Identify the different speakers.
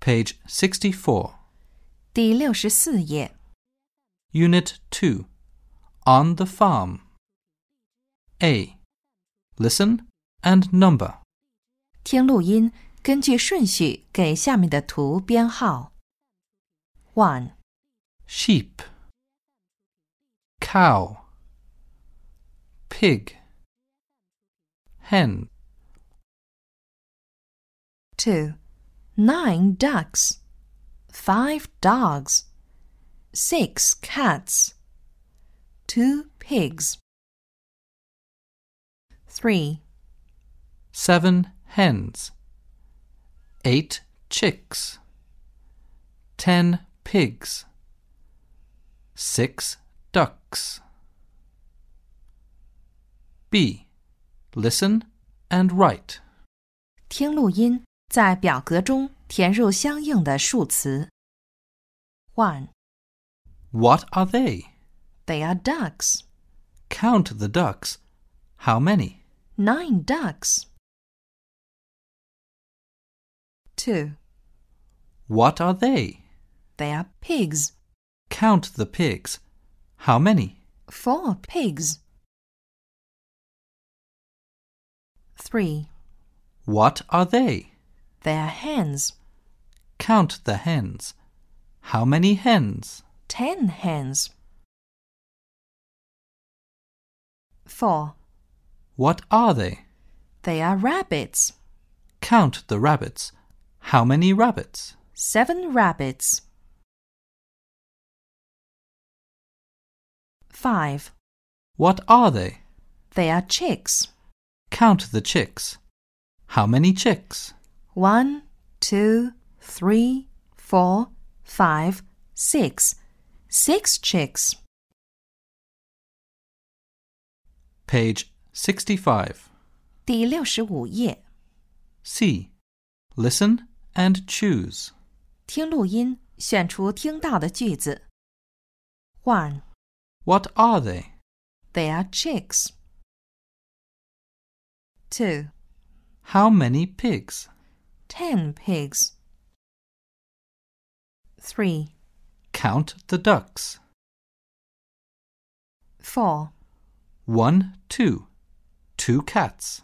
Speaker 1: Page 64,
Speaker 2: 第六十四页，
Speaker 1: Unit 2. On the Farm. A. Listen and number.
Speaker 2: 听录音，根据顺序给下面的图编号。One,
Speaker 1: Sheep. Cow. Pig. Hen.
Speaker 2: two, nine ducks, five dogs, six cats, two pigs, three,
Speaker 1: seven hens, eight chicks, ten pigs, six ducks. B. Listen and write.
Speaker 2: 听录音，在表格中填入相应的数词。One,
Speaker 1: What are they?
Speaker 2: they are ducks.
Speaker 1: Count the ducks. How many?
Speaker 2: Nine ducks. Two,
Speaker 1: What are they?
Speaker 2: they are pigs.
Speaker 1: Count the pigs. How many?
Speaker 2: Four pigs. Three,
Speaker 1: What are they?
Speaker 2: they are hens.
Speaker 1: Count the hens. How many hens?
Speaker 2: Ten hens. Four,
Speaker 1: What are they?
Speaker 2: they are rabbits.
Speaker 1: Count the rabbits. How many rabbits?
Speaker 2: Seven rabbits. Five,
Speaker 1: What are they?
Speaker 2: they are chicks.
Speaker 1: Count the chicks. How many chicks?
Speaker 2: One, two, three, four, five, six. Six chicks.
Speaker 1: Page 65.
Speaker 2: 第六十五页，
Speaker 1: C. Listen and choose.
Speaker 2: 听录音，选出听到的句子。One,
Speaker 1: What are they?
Speaker 2: they are chicks. Two,
Speaker 1: How many pigs?
Speaker 2: ten pigs. Three,
Speaker 1: Count the ducks.
Speaker 2: four,
Speaker 1: One, two. Two cats.